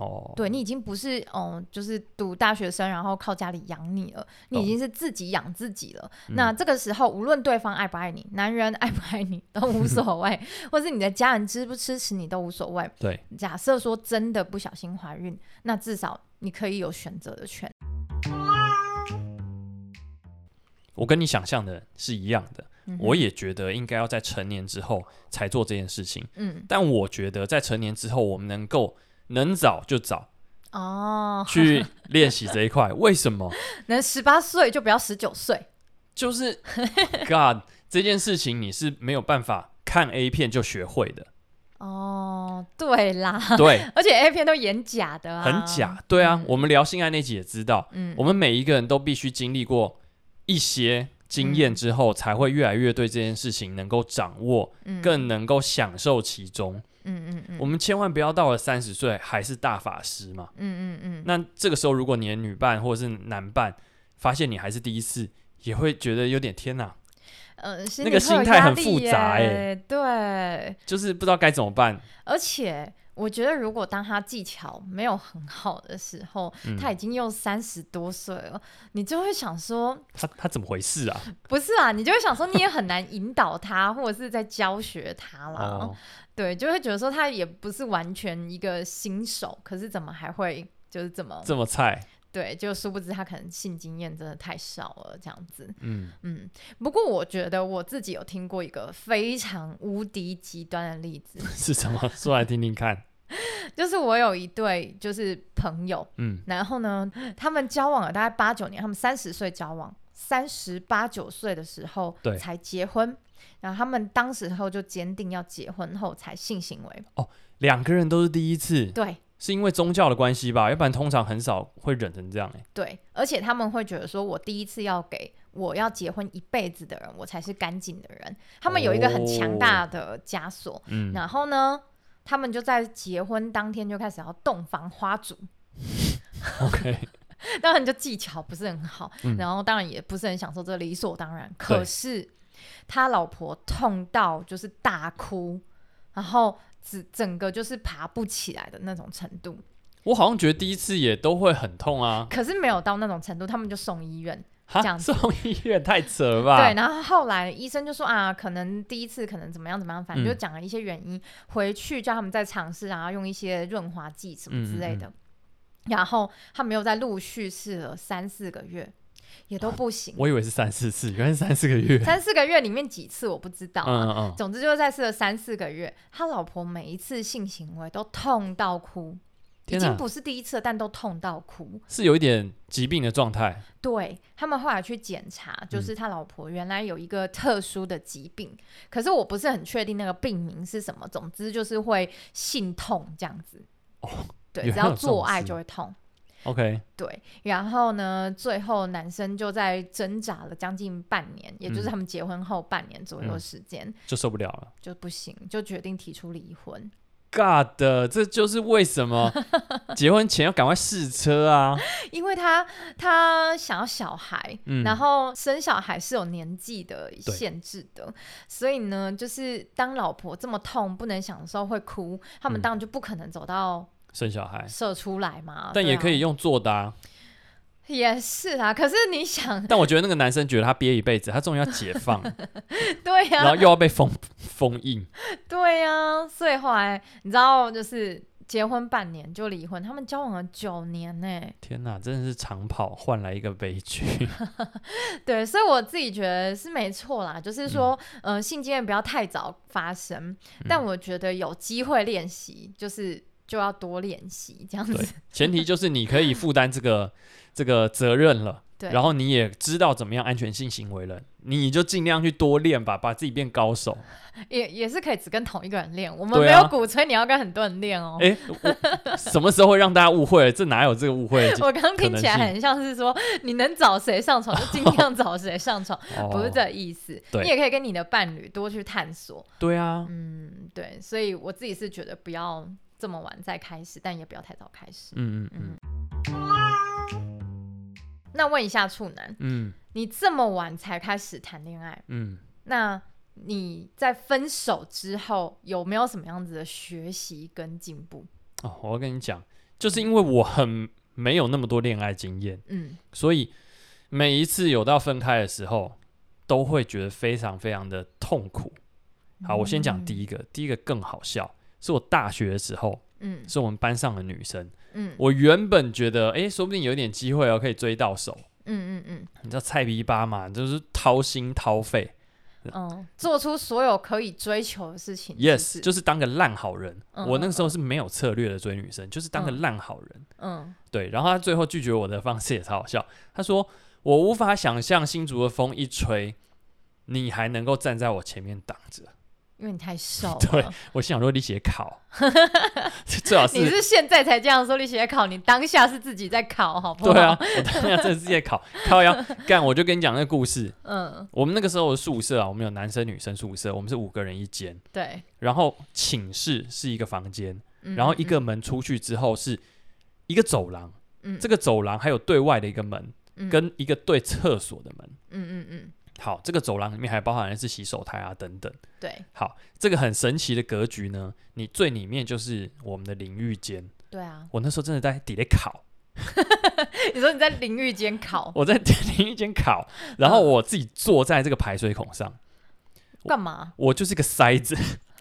[SPEAKER 2] 哦，
[SPEAKER 1] 对你已经不是嗯，就是读大学生，然后靠家里养你了，你已
[SPEAKER 2] 懂嗯
[SPEAKER 1] 经是自己养自己了。那这个时候，无论对方爱不爱你，男人爱不爱你都无所谓，或是你的家人支不支持你都无所谓。
[SPEAKER 2] 对，
[SPEAKER 1] 假设说真的不小心怀孕，那至少你可以有选择的权。
[SPEAKER 2] 我跟你想象的是一样的，
[SPEAKER 1] 嗯哼
[SPEAKER 2] 我也觉得应该要在成年之后才做这件事情，
[SPEAKER 1] 嗯
[SPEAKER 2] 但我觉得在成年之后，我们能够能早就早
[SPEAKER 1] 哦，
[SPEAKER 2] 去练习这一 块。为什么？
[SPEAKER 1] 能十八岁就不要十九岁，
[SPEAKER 2] 就是 God 这件事情，你是没有办法看 A 片就学会 的，
[SPEAKER 1] 哦，对啦，
[SPEAKER 2] 对，
[SPEAKER 1] 而且 A 片都演假的、啊，
[SPEAKER 2] 很假，对啊。我们聊性爱那集也知道，
[SPEAKER 1] 嗯，
[SPEAKER 2] 我们每一个人都必须经历过一些经
[SPEAKER 1] 嗯
[SPEAKER 2] 验之后，才会越来越对这件事情能够掌握，
[SPEAKER 1] 嗯
[SPEAKER 2] 更能够享受其中。
[SPEAKER 1] 嗯嗯嗯
[SPEAKER 2] 我们千万不要到了三十岁还是大法师嘛。
[SPEAKER 1] 嗯嗯嗯，
[SPEAKER 2] 那这个时候，如果你的女伴或者是男伴发现你还是第一次，也会觉得有点天哪，
[SPEAKER 1] 呃，心
[SPEAKER 2] 那
[SPEAKER 1] 里
[SPEAKER 2] 个
[SPEAKER 1] 会
[SPEAKER 2] 心
[SPEAKER 1] 有
[SPEAKER 2] 态
[SPEAKER 1] 压
[SPEAKER 2] 很
[SPEAKER 1] 力
[SPEAKER 2] 复杂欸
[SPEAKER 1] 耶对，
[SPEAKER 2] 就是不知道该怎么办。
[SPEAKER 1] 而且我觉得，如果当他技巧没有很好的时候，
[SPEAKER 2] 嗯
[SPEAKER 1] 他已经又三十多岁了，你就会想说，
[SPEAKER 2] 他他怎么回事啊？
[SPEAKER 1] 不是啊，你就会想说，你也很难引导他，或者是在教学他啦。
[SPEAKER 2] 哦，
[SPEAKER 1] 对，就会觉得说他也不是完全一个新手，可是怎么还会就是怎么
[SPEAKER 2] 这么菜，
[SPEAKER 1] 对？就殊不知他可能性经验真的太少了，这样子。
[SPEAKER 2] 嗯，
[SPEAKER 1] 嗯，不过我觉得我自己有听过一个非常无敌极端的例子，
[SPEAKER 2] 是什么？说来听听看。
[SPEAKER 1] 就是我有一对就是朋友，
[SPEAKER 2] 嗯，
[SPEAKER 1] 然后呢，他们交往了大概八九年，他们三十岁交往，三十八九岁的时候
[SPEAKER 2] 对
[SPEAKER 1] 才结婚，然后他们当时候就坚定要结婚后才性行为，
[SPEAKER 2] 两个人都是第一次，
[SPEAKER 1] 对，
[SPEAKER 2] 是因为宗教的关系吧？要不然通常很少会忍成这样、欸。
[SPEAKER 1] 对，而且他们会觉得说，我第一次要给我要结婚一辈子的人，我才是干净的人。他们有一个很强大的枷锁，
[SPEAKER 2] 嗯，
[SPEAKER 1] 然后呢，他们就在结婚当天就开始要洞房花烛，
[SPEAKER 2] OK，
[SPEAKER 1] 当然就技巧不是很好，
[SPEAKER 2] 嗯
[SPEAKER 1] 然后当然也不是很享受这理所当然。可是他老婆痛到就是大哭，然后整整个就是爬不起来的那种程度。
[SPEAKER 2] 我好像觉得第一次也都会很痛啊，
[SPEAKER 1] 可是没有到那种程度，他们就送医院。这
[SPEAKER 2] 哈，
[SPEAKER 1] 样
[SPEAKER 2] 送医院太扯了吧？
[SPEAKER 1] 对，，然后后来医生就说啊，可能第一次可能怎么样怎么样，反正就
[SPEAKER 2] 嗯
[SPEAKER 1] 讲了一些原因，回去叫他们再尝试，然后用一些润滑剂什么之类
[SPEAKER 2] 嗯
[SPEAKER 1] 的。然后他们又再陆续试了三四个月，也都不行。
[SPEAKER 2] 我以为是三四次，原来是三四个月。
[SPEAKER 1] 三四个月里面几次我不知道啊。
[SPEAKER 2] 嗯嗯，
[SPEAKER 1] 总之就是在试了三四个月，他老婆每一次性行为都痛到哭，已
[SPEAKER 2] 天哪
[SPEAKER 1] 经不是第一次了，但都痛到哭。
[SPEAKER 2] 是有一点疾病的状态，
[SPEAKER 1] 对他们后来去检查，就是
[SPEAKER 2] 嗯
[SPEAKER 1] 他老婆原来有一个特殊的疾病，可是我不是很确定那个病名是什么。总之就是会性痛这样子，
[SPEAKER 2] 哦
[SPEAKER 1] 对，
[SPEAKER 2] 原来
[SPEAKER 1] 只要
[SPEAKER 2] 有这种
[SPEAKER 1] 做爱
[SPEAKER 2] 事
[SPEAKER 1] 就会痛。
[SPEAKER 2] OK，
[SPEAKER 1] 对，然后呢，最后男生就在挣扎了将近半年，也就是
[SPEAKER 2] 嗯
[SPEAKER 1] 他们结婚后半年左右的
[SPEAKER 2] 嗯
[SPEAKER 1] 时间，
[SPEAKER 2] 就受不了了。
[SPEAKER 1] 就不行，就决定提出离婚。
[SPEAKER 2] God，这就是为什么结婚前要赶快试车啊！
[SPEAKER 1] 因为他他想要小孩，
[SPEAKER 2] 嗯
[SPEAKER 1] 然后生小孩是有年纪的限制的，所以呢，就是当老婆这么痛，不能享受会哭，他们
[SPEAKER 2] 嗯
[SPEAKER 1] 当然就不可能走到
[SPEAKER 2] 生小孩，
[SPEAKER 1] 射出来嘛。对
[SPEAKER 2] 但也可以
[SPEAKER 1] 啊，
[SPEAKER 2] 用做的啊。
[SPEAKER 1] 也是啊。可是你想，
[SPEAKER 2] 但我觉得那个男生觉得他憋一辈子，他终于要解放，
[SPEAKER 1] 对呀、
[SPEAKER 2] 然后又要被封封印。
[SPEAKER 1] 对呀、所以后来你知道，就是结婚半年就离婚，他们交往了九年呢、
[SPEAKER 2] 天哪，真的是长跑换来一个悲剧。
[SPEAKER 1] 对，所以我自己觉得是没错啦，就是说，
[SPEAKER 2] 嗯
[SPEAKER 1] 呃，性经验不要太早发生，但我觉得有机会练习，就是就要多练习这样
[SPEAKER 2] 对
[SPEAKER 1] 子。
[SPEAKER 2] 前提就是你可以负担这个这个责任了，
[SPEAKER 1] 对
[SPEAKER 2] 然后你也知道怎么样安全性行为了，你就尽量去多练吧，把自己变高手。
[SPEAKER 1] 也也是可以只跟同一个人练，我们
[SPEAKER 2] 对
[SPEAKER 1] 没
[SPEAKER 2] 啊
[SPEAKER 1] 有鼓吹你要跟很多人练哦。
[SPEAKER 2] 哎、我 什么时候会让大家误会？这哪有这个误会？
[SPEAKER 1] 我刚刚
[SPEAKER 2] 可
[SPEAKER 1] 听
[SPEAKER 2] 能
[SPEAKER 1] 起来
[SPEAKER 2] 性
[SPEAKER 1] 很像是说，你能找谁上床就尽量找谁上床，不是
[SPEAKER 2] 哦
[SPEAKER 1] 这个意思。
[SPEAKER 2] 对
[SPEAKER 1] 你也可以跟你的伴侣多去探索。
[SPEAKER 2] 对啊，
[SPEAKER 1] 嗯，对，所以我自己是觉得不要这么晚再开始，但也不要太早开始。
[SPEAKER 2] 嗯嗯
[SPEAKER 1] 嗯
[SPEAKER 2] 嗯，
[SPEAKER 1] 那问一下处男，
[SPEAKER 2] 嗯
[SPEAKER 1] 你这么晚才开始谈恋爱，
[SPEAKER 2] 嗯，
[SPEAKER 1] 那你在分手之后有没有什么样子的学习跟进步？
[SPEAKER 2] 哦，我要跟你讲，就是因为我很没有那么多恋爱经验，
[SPEAKER 1] 嗯，
[SPEAKER 2] 所以每一次有到分开的时候，都会觉得非常非常的痛苦。
[SPEAKER 1] 嗯
[SPEAKER 2] 好，我先讲第一个，第一个更好笑，是我大学的时候，
[SPEAKER 1] 嗯
[SPEAKER 2] 是我们班上的女生，
[SPEAKER 1] 嗯
[SPEAKER 2] 我原本觉得，诶，说不定有点机会哦，可以追到手。
[SPEAKER 1] 嗯嗯嗯
[SPEAKER 2] 你知道菜皮吧嘛，就是掏心掏肺
[SPEAKER 1] 嗯，做出所有可以追求的事情是不
[SPEAKER 2] ，yes，
[SPEAKER 1] 是
[SPEAKER 2] 就是当个烂好人。
[SPEAKER 1] 嗯
[SPEAKER 2] 我那个时候是没有策略的追女生，就是当个烂好人。
[SPEAKER 1] 嗯
[SPEAKER 2] 对，然后他最后拒绝我的方式也超好笑。他说：“我无法想象新竹的风一吹，你还能够站在我前面挡着。
[SPEAKER 1] 因为你太瘦
[SPEAKER 2] 对
[SPEAKER 1] 了，”
[SPEAKER 2] 我心想说：“你写 考，最好
[SPEAKER 1] 你
[SPEAKER 2] 是
[SPEAKER 1] 是现在才这样说你写考，你当下是自己在考，好不好？
[SPEAKER 2] 对啊，，我当下真的是在考，靠腰干。”我就跟你讲那个故事。
[SPEAKER 1] 嗯，
[SPEAKER 2] 我们那个时候的宿舍啊，我们有男生女生宿舍，我们是五个人一间，
[SPEAKER 1] 对，
[SPEAKER 2] 然后寝室是一个房间，
[SPEAKER 1] 嗯
[SPEAKER 2] 然后一个门出去之后是一个走廊，
[SPEAKER 1] 嗯
[SPEAKER 2] 这个走廊还有对外的一个门，
[SPEAKER 1] 嗯
[SPEAKER 2] 跟一个对厕所的门。
[SPEAKER 1] 嗯嗯嗯，
[SPEAKER 2] 好，这个走廊里面还包含的是洗手台啊等等。
[SPEAKER 1] 对
[SPEAKER 2] 好，这个很神奇的格局呢，你最里面就是我们的淋浴间。
[SPEAKER 1] 对 啊，
[SPEAKER 2] 我那时候真的在底下烤，
[SPEAKER 1] 你说你在淋浴间考
[SPEAKER 2] 我在淋浴间烤，然后我自己坐在这个排水孔上，
[SPEAKER 1] 干嘛？
[SPEAKER 2] 我就是个塞子，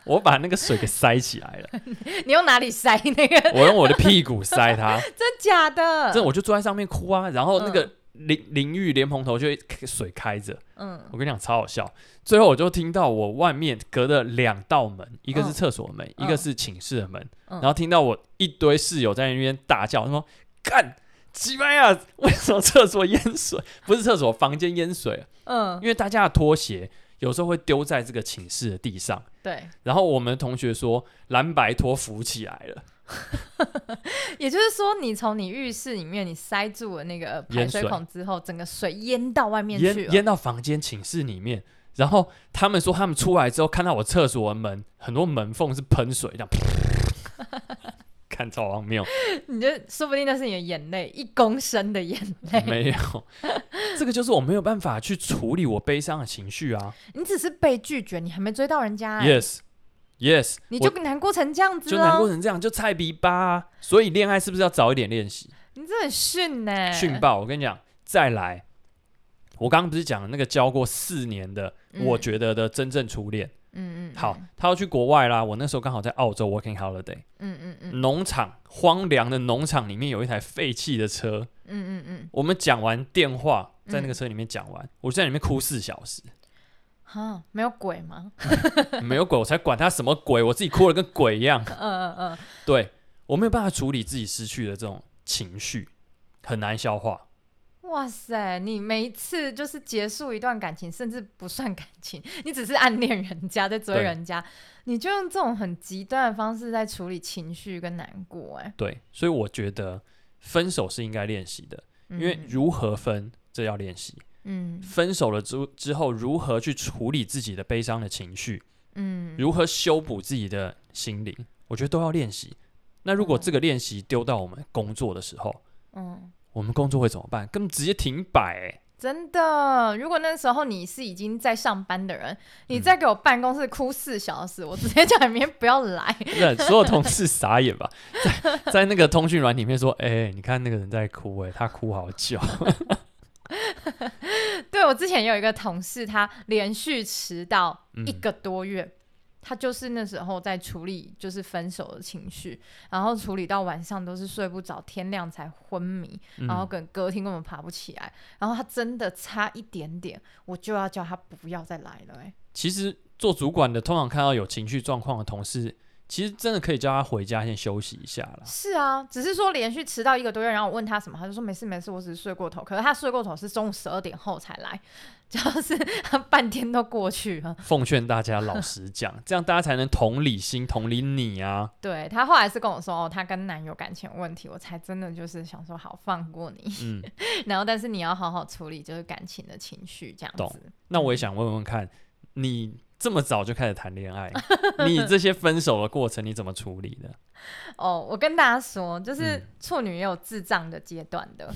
[SPEAKER 2] 我把那个水给塞起来了，
[SPEAKER 1] 你用哪里塞那 个？
[SPEAKER 2] 我用我的屁股塞它，
[SPEAKER 1] 真假的？
[SPEAKER 2] 这我就坐在上面哭啊，然后那个淋淋浴莲蓬头就会水开着，
[SPEAKER 1] 嗯
[SPEAKER 2] 我跟你讲超好笑。最后我就听到我外面隔了两道门，一个是厕所门，
[SPEAKER 1] 嗯
[SPEAKER 2] 一个是寝室的门，
[SPEAKER 1] 嗯
[SPEAKER 2] 然后听到我一堆室友在那边大叫，他说：“干！”鸡巴呀！为什么厕所淹水？不是厕所，房间淹水，
[SPEAKER 1] 嗯，
[SPEAKER 2] 因为大家的拖鞋有时候会丢在这个寝室的地上。
[SPEAKER 1] 对，
[SPEAKER 2] 然后我们同学说蓝白拖浮起来了，
[SPEAKER 1] 也就是说，你从你浴室里面你塞住了那个呃排
[SPEAKER 2] 淹
[SPEAKER 1] 水
[SPEAKER 2] 水
[SPEAKER 1] 孔之后，整个水淹到外面去
[SPEAKER 2] 淹
[SPEAKER 1] 了。
[SPEAKER 2] 淹到房间寝室里面。然后他们说，他们出来之后看到我厕所的门很多门缝是喷水，这样， 看超荒 谬，
[SPEAKER 1] 你就说不定那是你的眼泪，一公升的眼泪。
[SPEAKER 2] 没有，这个就是我没有办法去处理我悲伤的情绪啊。
[SPEAKER 1] 你只是被拒绝，你还没追到人家、欸
[SPEAKER 2] Yes, Yes，
[SPEAKER 1] 你
[SPEAKER 2] 我
[SPEAKER 1] 就难过成这样子
[SPEAKER 2] 就难过
[SPEAKER 1] 了。
[SPEAKER 2] 成这样，就菜逼吧、啊。所以恋爱是不是要早一点练习？
[SPEAKER 1] 你这很逊呢、
[SPEAKER 2] 训爆！我跟你讲，再来，我刚刚不是讲了那个教过四年的，
[SPEAKER 1] 嗯
[SPEAKER 2] 我觉得的真正初恋。
[SPEAKER 1] 嗯嗯，嗯
[SPEAKER 2] 好，，他要去国外啦。我那时候刚好在澳洲 working holiday，
[SPEAKER 1] 嗯嗯嗯
[SPEAKER 2] 农场荒凉的农场里面有一台废弃的车。
[SPEAKER 1] 嗯嗯嗯，
[SPEAKER 2] 我们讲完电话，在那个车里面讲完，我就在里面哭四小时。
[SPEAKER 1] 哈，没有鬼吗？
[SPEAKER 2] 没有鬼，我才管他什么鬼，我自己哭的跟鬼一样。
[SPEAKER 1] 嗯嗯嗯，
[SPEAKER 2] 对我没有办法处理自己失去的这种情绪，很难消化。
[SPEAKER 1] 哇塞，你每一次就是结束一段感情，甚至不算感情，你只是暗恋人家，在追
[SPEAKER 2] 对
[SPEAKER 1] 人家，你就用这种很极端的方式在处理情绪跟难过、哎，
[SPEAKER 2] 对，所以我觉得分手是应该练习的，因为
[SPEAKER 1] 嗯
[SPEAKER 2] 如何分，这要练习。
[SPEAKER 1] 嗯
[SPEAKER 2] 分手了之之后，如何去处理自己的悲伤的情绪，
[SPEAKER 1] 嗯，
[SPEAKER 2] 如何修补自己的心灵，我觉得都要练习。那如果
[SPEAKER 1] 哦
[SPEAKER 2] 这个练习丢到我们工作的时候，
[SPEAKER 1] 嗯，
[SPEAKER 2] 我们工作会怎么办？根本直接停摆、欸。
[SPEAKER 1] 真的，如果那时候你是已经在上班的人，你再给我办公室哭四小时，我直接叫你明天不要来。
[SPEAKER 2] 那所有同事傻眼吧，在在那个通讯软里面说，哎、你看那个人在哭、欸，哎，他哭好久。
[SPEAKER 1] 对我之前有一个同事，他连续迟到一个多月，他就是那时候在处理就是分手的情绪，然后处理到晚上都是睡不着，天亮才昏迷，
[SPEAKER 2] 嗯
[SPEAKER 1] 然后跟隔天根本爬不起来，然后他真的差一点点，我就要叫他不要再来了、欸，
[SPEAKER 2] 其实做主管的，通常看到有情绪状况的同事，其实真的可以叫他回家先休息一下啦。
[SPEAKER 1] 是啊，只是说连续迟到一个多月，然后我问他什么，他就说没事没事，我只是睡过头。可是他睡过头是中午十二点后才来，就是 他半天都过去了。
[SPEAKER 2] 奉劝大家老实讲，这样大家才能同理心、同理你啊。
[SPEAKER 1] 对他后来是跟我说，哦，他跟男友感情有问题，我才真的就是想说好放过你，
[SPEAKER 2] 嗯，
[SPEAKER 1] 然后但是你要好好处理就是感情的情绪这样
[SPEAKER 2] 懂
[SPEAKER 1] 子。
[SPEAKER 2] 那我也想问问看，你这么早就开始谈恋爱，你这些分手的过程你怎么处理的？
[SPEAKER 1] 哦，我跟大家说，就是
[SPEAKER 2] 嗯
[SPEAKER 1] 处女也有智障的阶段的。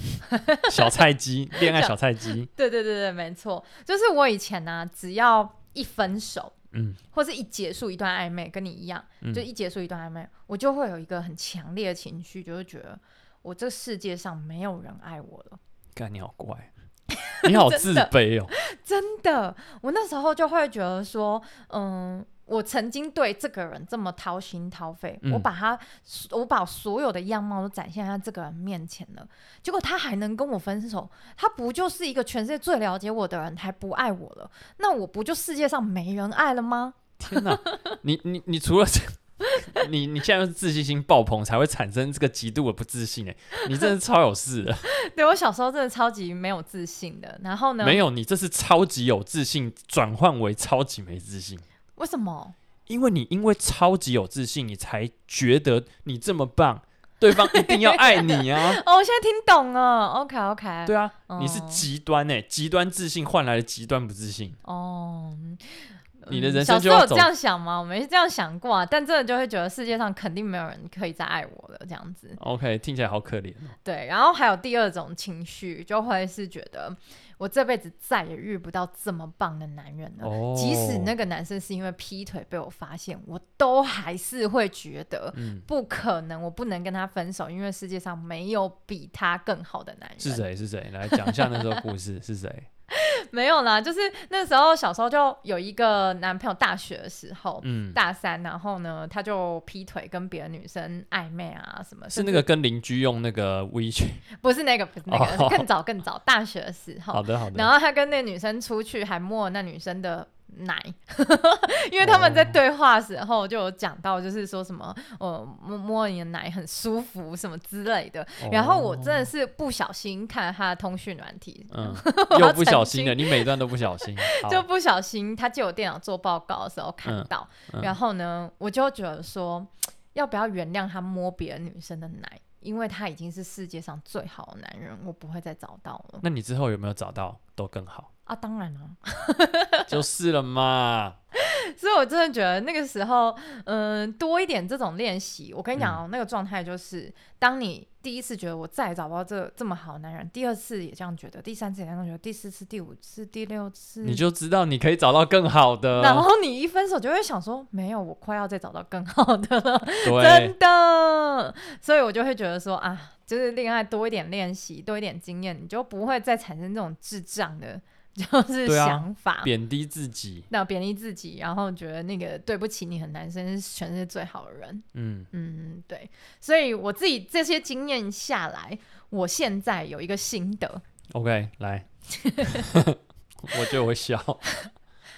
[SPEAKER 2] 小菜鸡，恋爱小菜鸡，
[SPEAKER 1] 对对对对，没错，就是我以前呢、只要一分手。
[SPEAKER 2] 嗯
[SPEAKER 1] 或是一结束一段暧昧，跟你一样，
[SPEAKER 2] 嗯
[SPEAKER 1] 就一结束一段暧昧，我就会有一个很强烈的情绪，就是觉得我这世界上没有人爱我了，
[SPEAKER 2] 干你好怪，啊你好自卑哦。
[SPEAKER 1] 真的。我那时候就会觉得说，嗯。我曾经对这个人这么掏心掏肺，
[SPEAKER 2] 嗯
[SPEAKER 1] 我把他，我把所有的样貌都展现在这个人面前了，结果他还能跟我分手，他不就是一个全世界最了解我的人，还不爱我了？那我不就世界上没人爱了吗？
[SPEAKER 2] 天哪，你你你除了这，你你现在是自信心爆棚才会产生这个极度的不自信哎，你真的超有事的，
[SPEAKER 1] 对我小时候真的超级没有自信的，然后呢？
[SPEAKER 2] 嗯没有你这是超级有自信转换为超级没自信，
[SPEAKER 1] 为什么？，
[SPEAKER 2] 因为你因为超级有自信，你才觉得你这么棒，对方一定要爱你啊
[SPEAKER 1] 哦，我现在听懂了。OK OK。
[SPEAKER 2] 对啊，你是
[SPEAKER 1] 哦
[SPEAKER 2] 极端哎，极端自信换来的极端不自信，
[SPEAKER 1] 哦，嗯
[SPEAKER 2] 你的人
[SPEAKER 1] 小
[SPEAKER 2] 生
[SPEAKER 1] 时
[SPEAKER 2] 就
[SPEAKER 1] 候
[SPEAKER 2] 要
[SPEAKER 1] 有这
[SPEAKER 2] 走
[SPEAKER 1] 样想吗？我没这样想过啊，但真的就会觉得世界上肯定没有人可以再爱我了，这样子。
[SPEAKER 2] ，OK，听起来好可怜哦，
[SPEAKER 1] 对，然后还有第二种情绪，就会是觉得我这辈子再也遇不到这么棒的男人了。
[SPEAKER 2] 哦
[SPEAKER 1] 呃即使那个男生是因为劈腿被我发现，我都还是会觉得
[SPEAKER 2] 嗯
[SPEAKER 1] 不可能，我不能跟他分手，因为世界上没有比他更好的男人。
[SPEAKER 2] 是谁是谁来讲一下那时候故事 是谁，
[SPEAKER 1] 没有啦，就是那时候小时候就有一个男朋友，大学的时候，
[SPEAKER 2] 嗯。
[SPEAKER 1] 大三，然后呢，他就劈腿跟别的女生暧昧啊什么，
[SPEAKER 2] 是
[SPEAKER 1] 甚
[SPEAKER 2] 那
[SPEAKER 1] 至
[SPEAKER 2] 个跟邻居用那个 WeChat，
[SPEAKER 1] 不是那个不是那个，
[SPEAKER 2] 哦
[SPEAKER 1] 是更早更早，大学的时候，
[SPEAKER 2] 好的好的，
[SPEAKER 1] 然后他跟那女生出去还摸了那女生的。奶， 因为他们
[SPEAKER 2] 哦
[SPEAKER 1] 在对话的时候就有讲到，就是说什么，呃，摸摸你的奶很舒服什么之类的。
[SPEAKER 2] 哦
[SPEAKER 1] 然后我真的是不小心看了他的通讯软体，
[SPEAKER 2] 嗯
[SPEAKER 1] 我，要
[SPEAKER 2] 又不小心
[SPEAKER 1] 澄
[SPEAKER 2] 了，你每段都不小 心，好
[SPEAKER 1] 就不小心他借我电脑做报告的时候看
[SPEAKER 2] 嗯
[SPEAKER 1] 到，
[SPEAKER 2] 嗯
[SPEAKER 1] 然后呢，我就觉得说，要不要原谅他摸别的女生的奶，因为他已经是世界上最好的男人，我不会再找到了
[SPEAKER 2] 那你之后有没有找到都更好，
[SPEAKER 1] 啊！当然了、
[SPEAKER 2] 就是了嘛。
[SPEAKER 1] 所以我真的觉得那个时候，嗯、多一点这种练习，我跟你讲哦、那个状态就是，当你第一次觉得我再也找不到这这么好的男人，第二次也这样觉得，第三次也这样觉得，第四次、第五次、第六次，
[SPEAKER 2] 你就知道你可以找到更好
[SPEAKER 1] 嗯
[SPEAKER 2] 的，
[SPEAKER 1] 然后你一分手就会想说，没有，我快要再找到更好的了，
[SPEAKER 2] 对
[SPEAKER 1] 真的。所以我就会觉得说啊，就是恋爱多一点练习，多一点经验，你就不会再产生这种智障的， 就是
[SPEAKER 2] 对啊
[SPEAKER 1] 想法。
[SPEAKER 2] 贬低自己，
[SPEAKER 1] 那贬低自己，然后觉得那个对不起你很男生是全世界最好的人，
[SPEAKER 2] 嗯，
[SPEAKER 1] 嗯，对，所以我自己这些经验下来，我现在有一个心得，
[SPEAKER 2] OK，来， 我就会笑。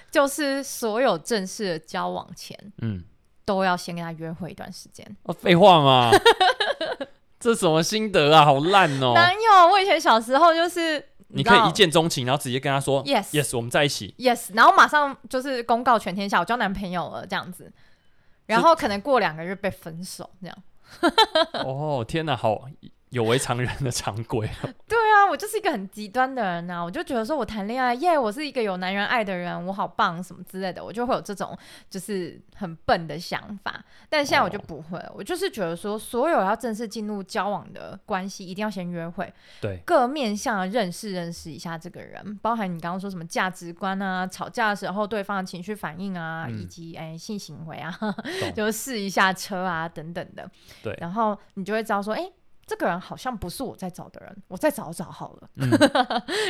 [SPEAKER 1] 就是所有正式的交往前
[SPEAKER 2] 嗯，
[SPEAKER 1] 都要先跟他约会一段时间。
[SPEAKER 2] 哦，废话嘛， 这什么心得啊，好烂哦！
[SPEAKER 1] 男友，我以前小时候就是
[SPEAKER 2] 你
[SPEAKER 1] 知
[SPEAKER 2] 可以
[SPEAKER 1] 道
[SPEAKER 2] 一见钟情，然后直接跟他说
[SPEAKER 1] Yes
[SPEAKER 2] yes，我们在一起。
[SPEAKER 1] yes，然后马上就是公告全天下我交男朋友了这样子，然后可能过两个月被分手这样。
[SPEAKER 2] 哦，天哪，好有违常人的常规。
[SPEAKER 1] 对啊，我就是一个很极端的人呐、啊我就觉得说我谈恋爱，耶，我是一个有男人爱的人，我好棒什么之类的，我就会有这种就是很笨的想法。但现在我就
[SPEAKER 2] 哦
[SPEAKER 1] 不会，我就是觉得说，所有要正式进入交往的关系，一定要先约会，
[SPEAKER 2] 对，
[SPEAKER 1] 各面向地认识认识一下这个人，包含你刚刚说什么价值观啊，吵架的时候对方的情绪反应啊，
[SPEAKER 2] 嗯
[SPEAKER 1] 以及哎性行为啊，
[SPEAKER 2] 懂
[SPEAKER 1] 就试一下车啊等等的。
[SPEAKER 2] 对
[SPEAKER 1] 然后你就会知道说，哎、这个人好像不是我在找的人，我再找找好了。
[SPEAKER 2] 嗯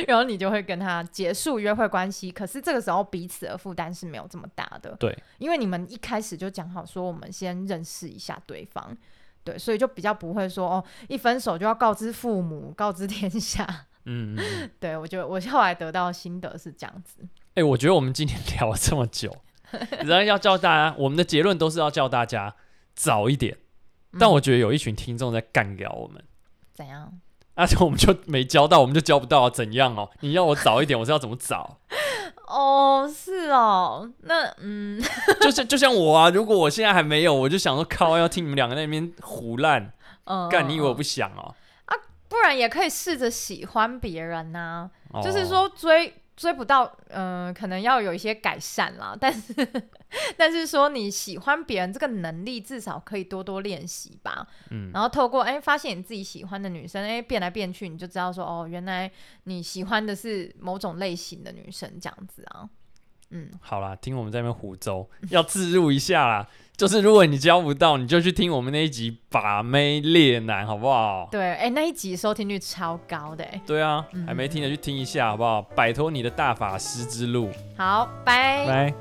[SPEAKER 1] 然后你就会跟他结束约会关系。可是这个时候彼此的负担是没有这么大的，
[SPEAKER 2] 对，
[SPEAKER 1] 因为你们一开始就讲好说，我们先认识一下对方。对，所以就比较不会说哦，一分手就要告知父母、告知天下。
[SPEAKER 2] 嗯嗯嗯。
[SPEAKER 1] 对我觉得我后来得到的心得是这样子，
[SPEAKER 2] 哎、我觉得我们今天聊了这么久， 然后要叫大家，我们的结论都是要叫大家早一点。但
[SPEAKER 1] 嗯
[SPEAKER 2] 我觉得有一群听众在干掉我们。
[SPEAKER 1] 怎样？
[SPEAKER 2] 而且我们就没交到，我们就交不到啊，怎样哦？你要我早一点，我是要怎么早？
[SPEAKER 1] 哦，是哦，那嗯，
[SPEAKER 2] 就像就像我啊，如果我现在还没有，我就想说靠，要听你们两个在那边胡乱
[SPEAKER 1] 呃
[SPEAKER 2] 干，你以为我不想哦？
[SPEAKER 1] 不然也可以试着喜欢别人呐、
[SPEAKER 2] 哦
[SPEAKER 1] 就是，说追追不到，嗯、可能要有一些改善啦。但是 但是说你喜欢别人这个能力，至少可以多多练习吧。
[SPEAKER 2] 嗯，
[SPEAKER 1] 然后透过哎、发现你自己喜欢的女生，哎、变来变去，你就知道说哦，原来你喜欢的是某种类型的女生这样子啊。嗯，
[SPEAKER 2] 好啦，听我们在那边胡诌，要自入一下啦。就是如果你交不到，你就去听我们那一集把妹猎男，好不好？
[SPEAKER 1] 对，哎、那一集收听率超高的、哎。
[SPEAKER 2] 对啊
[SPEAKER 1] 嗯，
[SPEAKER 2] 还没听的去听一下，好不好？摆脱你的大法师之路，
[SPEAKER 1] 好，拜。
[SPEAKER 2] 来。